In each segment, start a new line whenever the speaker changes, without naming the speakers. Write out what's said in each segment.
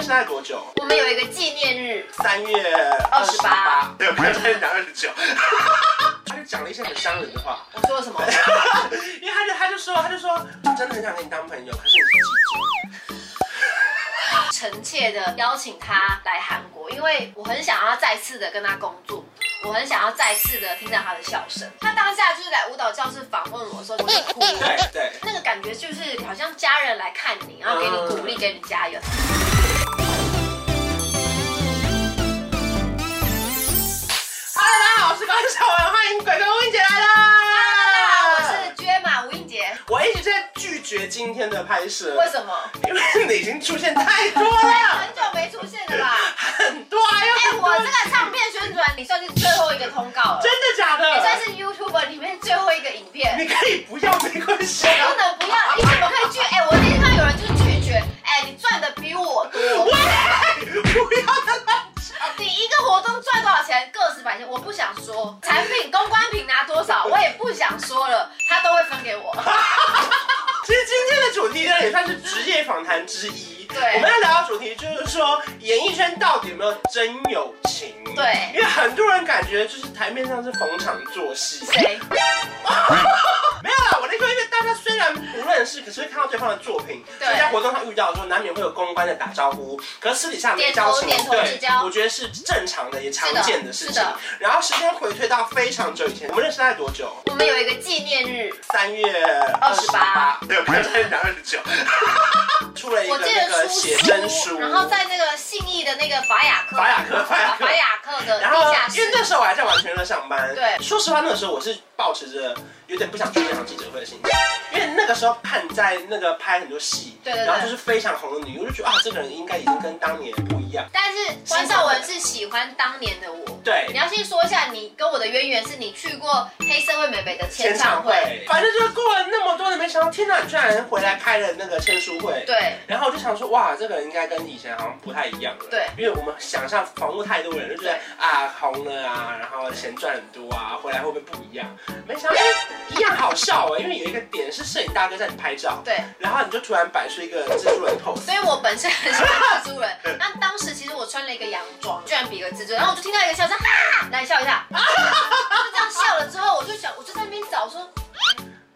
现在多久？
我们有一个纪念日，
三月
28，
对，我刚才讲二十 九，他就讲了一些很伤人的话，
我说 了什么？
因为他就他就说他就说我真的很想跟你当朋友，可是你是记者，
诚切的邀请他来韩国，因为我很想要再次的跟他工作，我很想要再次的听到他的笑声。他当下就是来舞蹈教室访问我的时候，我就哭了。
对对。
那个感觉就是好像家人来看你，然后给你鼓励，给你加油。
嗯 Hello，大家好，我是高小文，欢迎鬼哥温姐来啦！
大家好，我是娟马吴映洁。
我一直在拒绝今天的拍摄，
为什么？
因为你已经出现太多了，
很久没出现了吧？
很多还有
哎、
很多
我这个唱片宣传，你算是最后一个通告了，
真的假
你算
的？
是 YouTube 里面最后一个影片。
你可以不要没关系
哎不
啊。
能不要，你怎么可以拒？哎、我第一次看到有人就是拒绝，哎、你赚的比我多。
喂，不要再乱讲。
你一个活动赚多少钱？个十百千，我不想说。产品公关品拿多少，我也不想说了，他都会分给我。
其实今天的主题呢，也算是职业访谈之一。
对
我们要聊的主题就是说，演艺圈到底有没有真友情？
对
因为很多人感觉就是台面上是逢场作戏。
谁？
没有啦，我的意思是因为大家虽然不认识，可是会看到对方的作品，
对
所以在活动上遇到的时候，难免会有公关的打招呼，可是私底下没交情，
点头点头之
对
交，
我觉得是正常的，也常见的事
是
情
的。
然后时间回退到非常久以前，我们认识大概多久？
我们有一个纪念日，
三月
28，
对，我刚才讲二十 九，出了一
我
个
记
那
得
个
出
写真书，
然后在那个信义的那个法雅克，
法雅克法雅克
法雅克的
然后
地下
因为
室。
那时候我还在完全乐上班，
对
说实话，那个时候我是抱持着有点不想去那场记者会的心情，因为那个时候看在那个拍很多戏，
对对对
然后就是非常红的女优，我就觉得啊，这个人应该已经跟当年不一样，
但是关少文是喜欢当年的我。
对
你。要先说一下，你跟我的渊源是你去过黑社会美美的签唱会，，
反正就是过了那么多年，没想到天哪，你居然回来开了那个签书会。
对，
然后我就想说，哇，这个人应该跟以前好像不太一样了。
对，
因为我们想象访问太多人，就觉得啊红了啊，然后钱赚很多啊，回来会不会不一样？没想到哎一样好笑啊，因为有一个点是摄影大哥在你拍照，
对。
然后你就突然摆出一个蜘蛛人 pose。
所以我本身很喜欢蜘 蛛人。那当时其实我穿了一个洋装，居然比个蜘蛛人，然后我就听到一个笑声，哈，来笑一下，就这样笑了之后，我就想，我就在那边找说，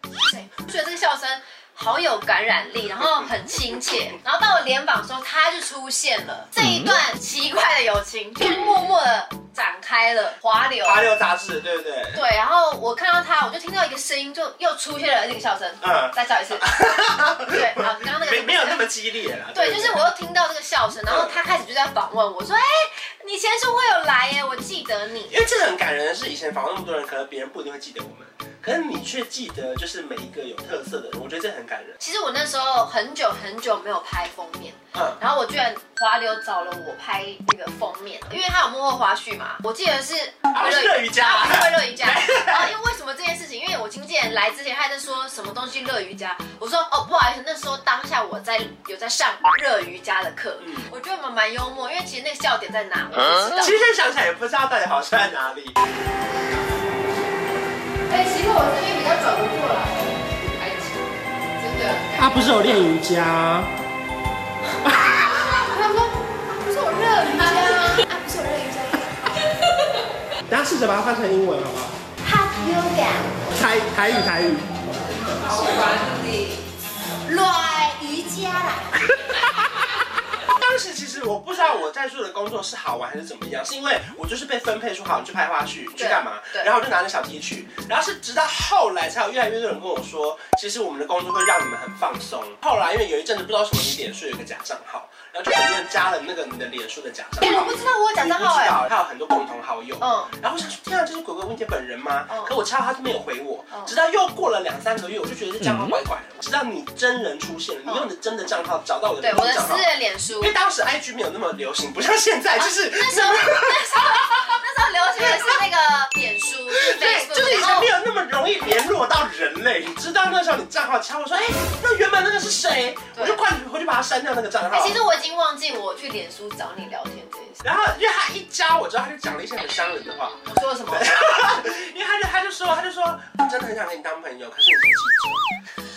是谁？我觉得这个笑声。好有感染力，然后很亲切，然后到了联访的时候，他就出现了。这一段奇怪的友情就默默的展开了滑流。
八六杂志，对不对？
对，然后我看到他，我就听到一个声音，就又出现了那个笑声。
嗯，
再笑 一次。对，啊，刚刚那个
没没有那么激烈啦。
对，就是我又听到这个笑声，然后他开始就在访问我说：“哎、你前书会有来耶，我记得你。
因为这个很感人的是，以前访问那么多人，可能别人不一定会记得我们，可是你却记得，就是每一个有特色的人，我觉得这很感人”。
其实我那时候很久很久没有拍封面，
嗯，
然后我居然滑流找了我拍那个封面，因为他有幕后花絮嘛。我记得是
啊，
快
是
乐
乐
瑜
瑜
伽，
伽
啊，快乐瑜伽。然后因为为什么这件事情？因为我经纪人来之前他还在说什么东西乐瑜伽，我说哦不好意思，那时候当下我在有在上热瑜伽的课，
嗯
我觉得我们蛮幽默，因为其实那个笑点在哪我不知道
其。实现在想起来也不知道到底好笑在哪里。
哎，其实我这边比较转不过来，哎，真的。
他不是有练瑜伽，
他说不是我热瑜伽，啊不是我热瑜伽
等下试着把它翻成英文好不好？
，Hot Yoga，
台台语台语。
软瑜伽啦。
当时其实我不知道我在做的工作是好玩还是怎么样，是因为我就是被分配说好你去拍花絮，你去干嘛，
对
然后我就拿着小提去，然后是直到后来才有越来越多人跟我说，其实我们的工作会让你们很放松。后来因为有一阵子不知道为什么你脸书有一个假账号，然后就很多人加了那个你的脸书的假账
哎，我
号
不。知道我有讲账号
你不知
哎。
道，他有很多共同好友。
嗯，
然后我想说，天啊，这是鬼鬼问姐本人吗？
嗯
可我知道他都没有回我
嗯，
直到又过了两三个月，我就觉得这账号怪怪的。直到你真人出现了，你
嗯
用你的真的账号找到我的
对，
脸
我
书
的
账号
私，人脸书
因为。当时 IG 没有那么流行，不像现在，就是
那时候，那时候，那时候流行的是那个脸书，
对，
Facebook，
就是以
然
前
后
没有那么容易联络到人类。你知道那时候你账号敲我说，哎，那原本那个是谁？
对
我就快回去把它删掉那个账
哎，
号
其。实我已经忘记我去脸书找你聊天这件事。
然后，因为他一加我之后，他就讲了一些很伤人的话，
我说了什么？
因为他就他就说他就说，我真的很想跟你当朋友，可是你是记者。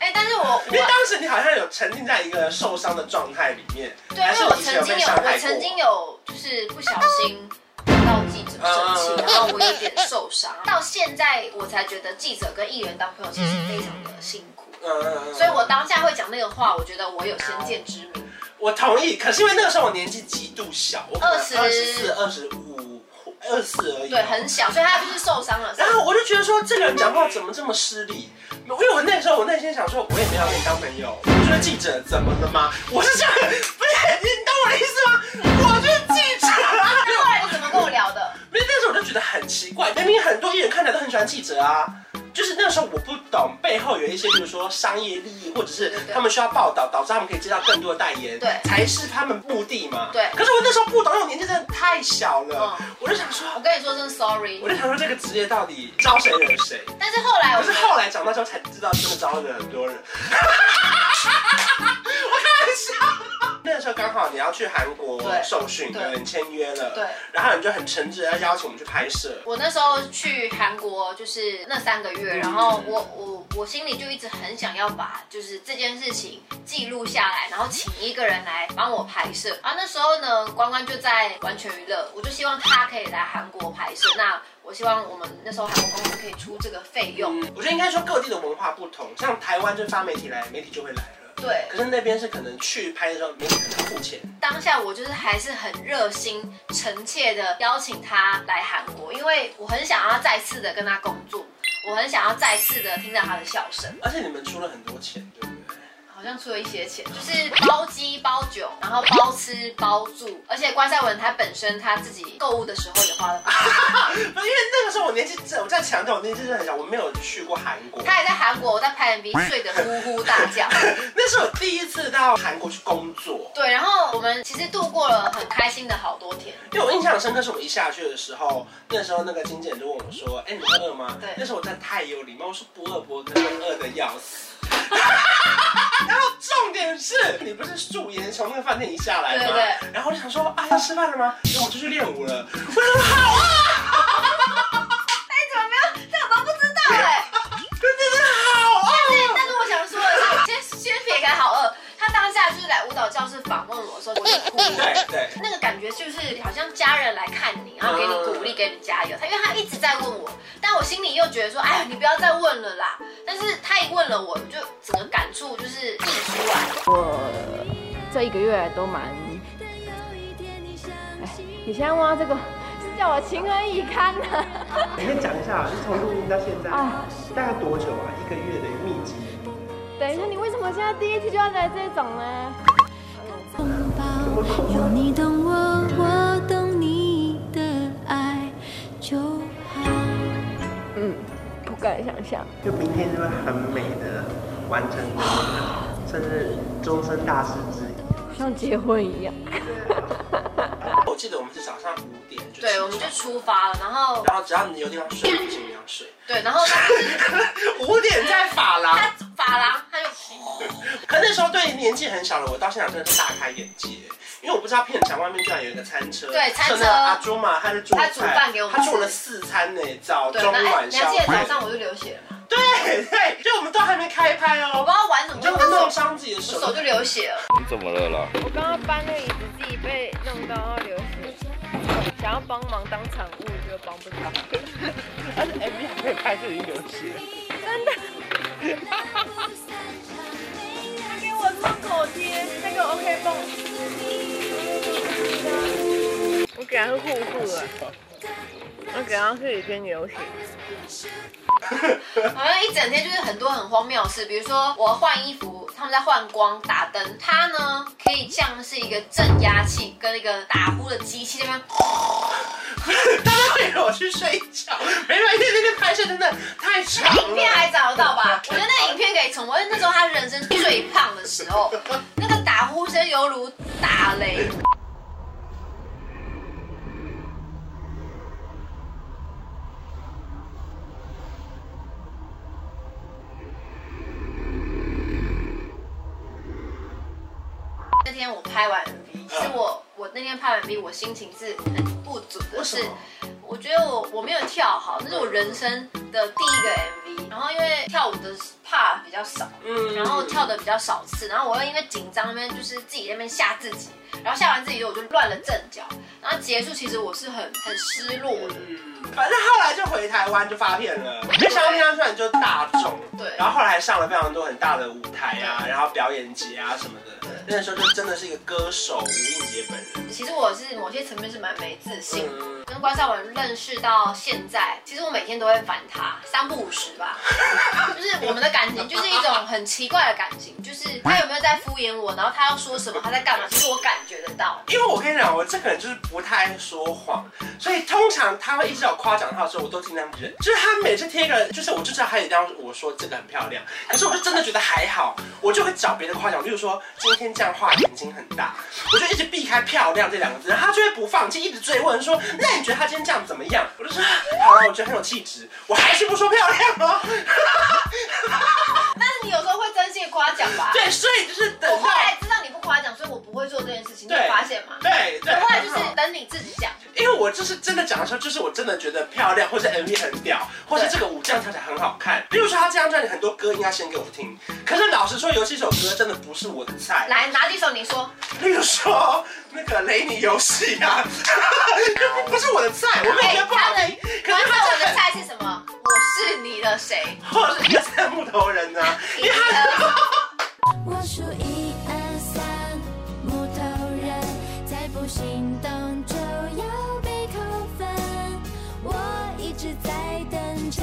哎、但是我
因为
我
当时你好像有沉浸在一个受伤的状态里面，
对，
还
因
是
为我
以前
曾
有
经
被
有
伤害
我
过
曾经有就是不小心。到记
嗯
者生气，然后我有点受伤。到现在我才觉得记者跟艺人当朋友其实非常的辛苦，
嗯嗯嗯，
所以我当下会讲那个话，我觉得我有先见之明。
我同意，可是因为那个时候我年纪极度小，我可能
20
二十四、二十五、二四而已，
对，很小，所以他就是受伤了。
然后我就觉得说，这个人讲话怎么这么失礼？因为我那时候我内心想说，我也没有要跟你当朋友。我觉得记者怎么了吗？我是这样，不是你懂我的意思吗？我就是记者啊！
那后来你怎么跟我聊的？
没有，那时候我就觉得很奇怪，明明很多艺人看起来都很喜欢记者啊，就是那时候我不懂背后有一些，比如说商业利益，或者是
对对对
他们需要报道，导致他们可以接到更多的代言，
对
才是他们目的嘛。
对
可是我那时候不懂，因为我年纪真的太小了，
嗯
我就想说，
我跟你说真的 sorry，
我就想说这个职业到底招谁惹谁？
但是后来
可
我
是
觉得
后来长大之后才知道，真的招惹很多人。 我开玩笑。那个时候刚好你要去韩国
对
受训，
对
对，你签约了，
对，
然后你就很诚挚的邀请我们去拍摄。
我那时候去韩国就是那三个月，然后我我我心里就一直很想要把就是这件事情记录下来，然后请一个人来帮我拍摄。然后那时候呢，关关就在完全娱乐，我就希望他可以来韩国拍摄。那我希望我们那时候韩国公司可以出这个费用。
嗯，我觉得应该说各地的文化不同，像台湾就发媒体来，媒体就会来了。
对，
可是那边是可能去拍的时候，媒体可能付钱。
当下我就是还是很热心、诚切的邀请他来韩国，因为我很想要再次的跟他工作，我很想要再次的听到他的笑声。
而且你们出了很多钱，对不对？
好像出了一些钱，就是包机、包酒，然后包吃包住，而且关赛文他本身他自己购物的时候也花了，
不是因为那个时候我年纪真，我在强调我年纪真的很小，我没有去过韩国。
他也在韩国，我在拍 MV 睡得呼呼大叫。
那是我第一次到韩国去工作。
对，然后我们其实度过了很开心的好多天，
因为我印象很深刻，是我一下去的时候，那时候那个经纪人就问我说：“哎、你会饿吗？”
对
那时候我真的太有礼貌，我说不饿不饿，可是饿的要死。 然后重点是你不是素颜从那个饭店一下来吗？
对对
然后我就想说啊，要吃饭了吗？因为我出去练舞了。我说好啊，
哎，怎么没有？这我都不知道哎、
真的是好啊。
但是我想说的是，先先撇开好饿，他当下就是来舞蹈教室访问我的时候，我就哭了。
对对，
那个感觉就是好像家人来看你，然后给你鼓励，给你加油。他因为他一直在问我，但我心里又觉得说，哎呀，你不要再问了啦。但是他一问了我，我就整个感触就是溢出来。
我这一个月来都蛮……哎，你现在问到这个，是叫我情何以堪呢、
你先讲一下，就从录音到现在
啊
哦
大概多久啊？一个月的秘籍。
等一下，你为什么现在第一题就要来这种呢？
拥抱，有你懂我，我懂你的爱就好。
嗯，不敢想象。
就明天就会很美的完成你的生日终身大事之一。
像结婚一样。
我记得我们是早上五点就起床
对，我们就出发了，然后
然后只要你有地方睡，就尽量 睡。
对，然后他就是
五点在法郎，
他发廊，他就
可那时候对年纪很小的我，到现场真的是大开眼界。因为我不知道片场外面居然有一个餐车，
对餐车
是那个阿朱嘛，他就煮
他煮饭给我们
他
吃
做了四餐呢，早
对，
中
那哎
晚
你还
宵
记。得早上我就流血了吗？
对对，就我们都还没开拍
我
哦
不，知道玩什么，
你
就
就
那时候
弄伤自己的手
我，手就流血了。
你怎么了啦？
我刚刚搬那个椅子，自己被弄到要流血，想要帮忙当场务，就帮不到。
但是 MV 还没拍就已经流血 了。
他给我创口贴，那个 OK 绷。我给他护护了，我给他是已经流血。
好像一整天就是很多很荒谬的事，比如说我换衣服，他们在换光打灯，它呢可以像是一个镇压器跟一个打呼的机器那边，
大家会让我去睡觉，没有，因为那天拍摄真的太长了。
影片还找得到吧？我觉得那影片可以重播，因为那时候他人生最胖的时候，那个打呼声犹如打雷。那天我拍完 MV，其实我我那天拍完 MV，我心情是很不足的，
为什
是
么
我觉得我我没有跳好，那是我人生的第一个 MV，然后因为跳舞的怕比较少，
嗯
然后跳的比较少次，然后我又因为紧张那边就是自己在那边吓自己，然后吓完自己我就乱了阵脚，然后结束其实我是很很失落的。
嗯，反正后来就回台湾就发片了，因为《香槟香传》就大众，
对
然后后来还上了非常多很大的舞台啊，然后表演节啊什么的，那时候就真的是一个歌手吴映洁本人，
其实我是某些层面是蛮没自信的。
嗯，
跟关少文认识到现在，其实我每天都会烦他，三不五十 吧。就是我们的感情就是一种很奇怪的感情，就是他有没有在敷衍我，然后他要说什么，他在干嘛，其实我感觉得到。
因为我跟你讲，我这个人就是不太爱说谎，所以通常他会一直要夸奖他的时候，我都尽量忍。就是他每次贴一个，就是我就知道他一定要我说这个很漂亮，可是我就真的觉得还好，我就会找别的夸奖，例如说今天这样画眼睛很大，我就一直避开漂亮这两个字，然后他就会不放弃，一直追问说，那你觉得他今天这样怎么样？我就说好了，我觉得很有气质，我还是不说漂亮哦。
但是你有时候会真心夸奖吧？
对，所以就是
我
等
后
到
来知道你不夸奖，所以我不会做这件事情，你有
对
发现吗？
对对，
我后来就
很好
是等你自己讲，
因为我就是真的讲的时候，就是我真的觉得漂亮，或是 MV 很屌，或是这个舞这样跳起来很好看。比如说他这张专辑很多歌应该先给我听，可是老实说，有几首歌真的不是我的菜，
来拿几首你说，
例如说 那个雷尼游戏啊， 就不不是我的菜，我没觉得不好听。可
关
是
少
他
文
真的
的
很，
菜是什么？我是你的谁？
或者是一个三木头人啊，因为他
我数一二三，木头人，再不行动就要被扣分。我一直在等着，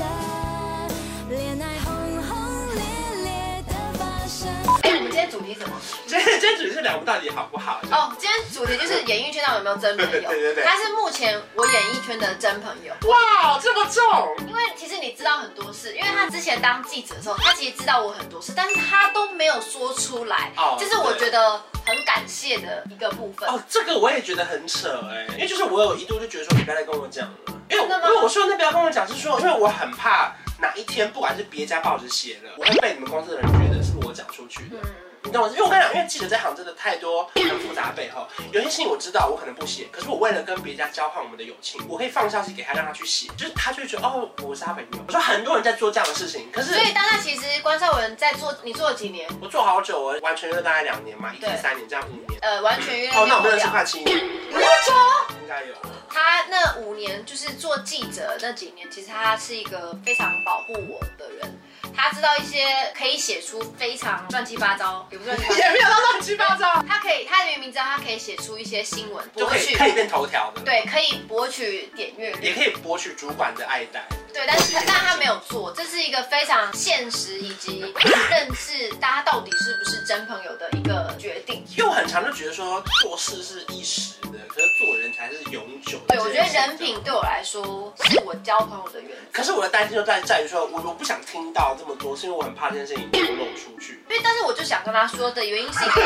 恋爱轰轰烈烈的发生。
哎，我们今天主题什么？
今天今天主题是两部到底好不好？
哦，今天主题就是演艺圈到底有没有真朋友？
对对对
他是目前我演艺圈的真朋友，
哇，这么重，
因为其实你知道很多事，因为他之前当记者的时候，他其实知道我很多事，但是他都没有说出来
哦，
这是我觉得很感谢的一个部分。
哦，这个我也觉得很扯哎、因为就是我有一度就觉得说你不要再跟我讲了，因为
真的吗
因为我说那不要跟我讲是说，因为我很怕哪一天不管是别家报纸写了，我会被你们公司的人觉得是我讲出去的。
嗯
你懂我意思，因为我跟你讲，因为记者这行真的太多很复杂的背后，有些事情我知道，我可能不写，可是我为了跟别家交换我们的友情，我可以放消息给他，让他去写，就是他就会觉得哦，我是他朋友。我说很多人在做这样的事情，可是
所以当下其实关少文在做，你做了几年？
我做好久，我完全就大概两年嘛，一
对
至三年这样五年。
呃，完全约
哦，那我
不
们认识
了。
快七年，
那么久
应该有。
他那五年就是做记者那几年，其实他是一个非常保护我的人。他知道一些可以写出非常乱七八糟， 也不是乱七八 糟，
也没有到乱七八糟，
他可以，他明明知道他可以写出一些新闻，
就
博
可以
取
可以变头条的，，
对，可以博取点阅
也
率，
可以博取主管的爱戴。
对，但是但他没有做，这是一个非常现实以及认识大家到底是不是真朋友的一个决定。
因为我很常就觉得说做事是一时的，可是做人才是永久的。
对，我觉得人品。对我来说是我交朋友的原则，
可是我的担心就在在于说，我我不想听到这么多，是因为我很怕这件事情流露出去。
因为但是我就想跟他说的原因是因为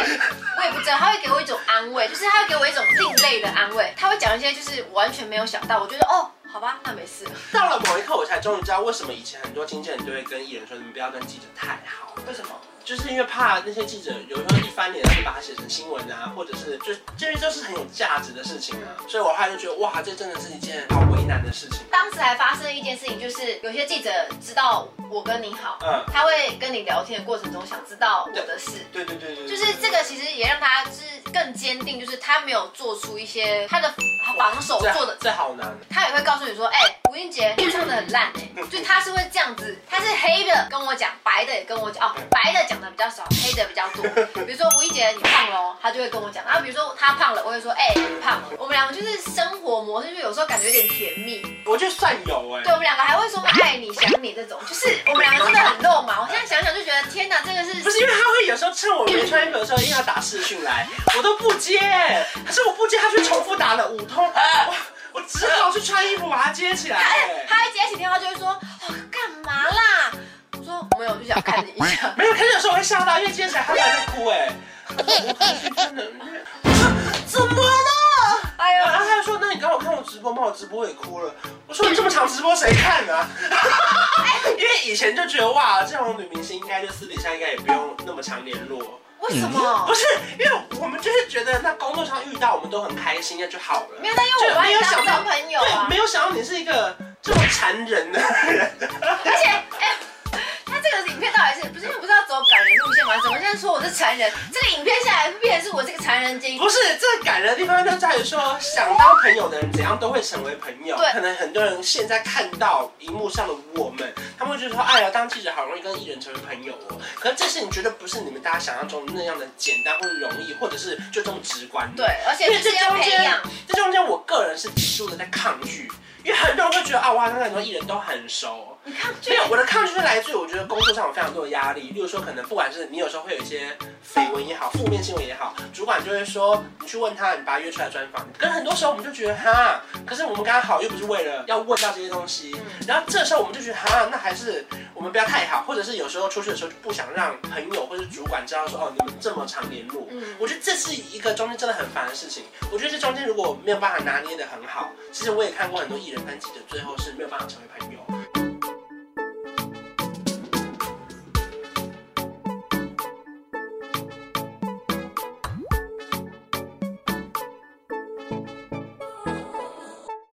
我也不知道，他会给我一种安慰，就是他会给我一种另类的安慰，他会讲一些就是我完全没有想到，我觉得哦，好吧，那没事了。
到了某一刻，我才终于知道为什么以前很多经纪人都会跟艺人说，你们不要跟记者太好。
为什么？
就是因为怕那些记者有时候一翻脸就把它写成新闻啊，或者是就这些都是很有价值的事情啊，所以我后来就觉得哇，这真的是一件好为难的事情。
当时还发生一件事情，就是有些记者知道我跟你好，
嗯
他会跟你聊天的过程中想知道我的事，
对对对对，对
就是这个其实也让他是更坚定，就是他没有做出一些他的防守
这
做的。
这好难。
他也会告诉你说，哎、吴英杰唱的很烂哎、
嗯
就他是会这样子，他是黑的跟我讲，白的也跟我讲，哦，白的讲的比较少，黑的比较 多。比如说吴英杰你胖喽，他就会跟我讲，然啊后比如说他胖了，我会说，哎、你胖了。我们两个就是生活模式，就有时候感觉有点甜蜜，
我觉得算有哎、
对，我们两个还会说爱你、想你这种，就是我们两个真的很肉麻。我现在想想就觉得，天哪，这个
不是
是
因为他会有时候趁我没穿衣服的时候硬要打视讯来，我都不接，可是我不接，他却重复打了五通，我我只好去穿衣服把它接起来、
啊哎，他一接起电话就会说，哦，干嘛啦？我说没有，就想 看你一下。
没有，可是有时候我会吓到，因为接起来他还在哭哎、 我怎么了？
哎
然
呦，
后他就说：“那你刚好看我直播吗？我直播也哭了。”我说：“你这么长直播谁看啊？” 因为以前就觉得哇，这种女明星应该就私底下应该也不用那么常联络。
为什么
不？是，因为我们就是觉得那工作上遇到我们都很开心，那就好了。
没有，那因为我
就
把
没
你
有
当
想到
成朋友
对，
啊
没。有想到你是一个这么缠人的人。
而且，哎，认说我是残忍，这个影片下来必然是我这个残忍精。
不是，这感人的地方就在于说，想当朋友的人怎样都会成为朋友。
对
可能很多人现在看到荧幕上的我们，他们会觉得说，哎呀，当记者好容易跟艺人成为朋友哦。可是这事情绝对不是你们大家想象中那样的简单或容易，或者是就这么直观的。
对，而且就是要培养。
这中间我个人是极度的在抗拒，因为很多人会觉得啊，我好像跟很多艺人都很熟。
你看，
没有，我的抗拒是来自于我觉得工作上有非常多的压力，例如说可能不管是你有时候会有一些绯闻也好，负面新闻也好，主管就会说你去问他，你把他约出来专访。可是很多时候我们就觉得哈，可是我们刚刚好又不是为了要问到这些东西，然后这时候我们就觉得哈，那还是我们不要太好，或者是有时候出去的时候就不想让朋友或是主管知道说哦你们这么常联络。
嗯，
我觉得这是一个中间真的很烦的事情。我觉得这中间如果没有办法拿捏的很好，其实我也看过很多艺人跟记者最后是没有办法成为朋友。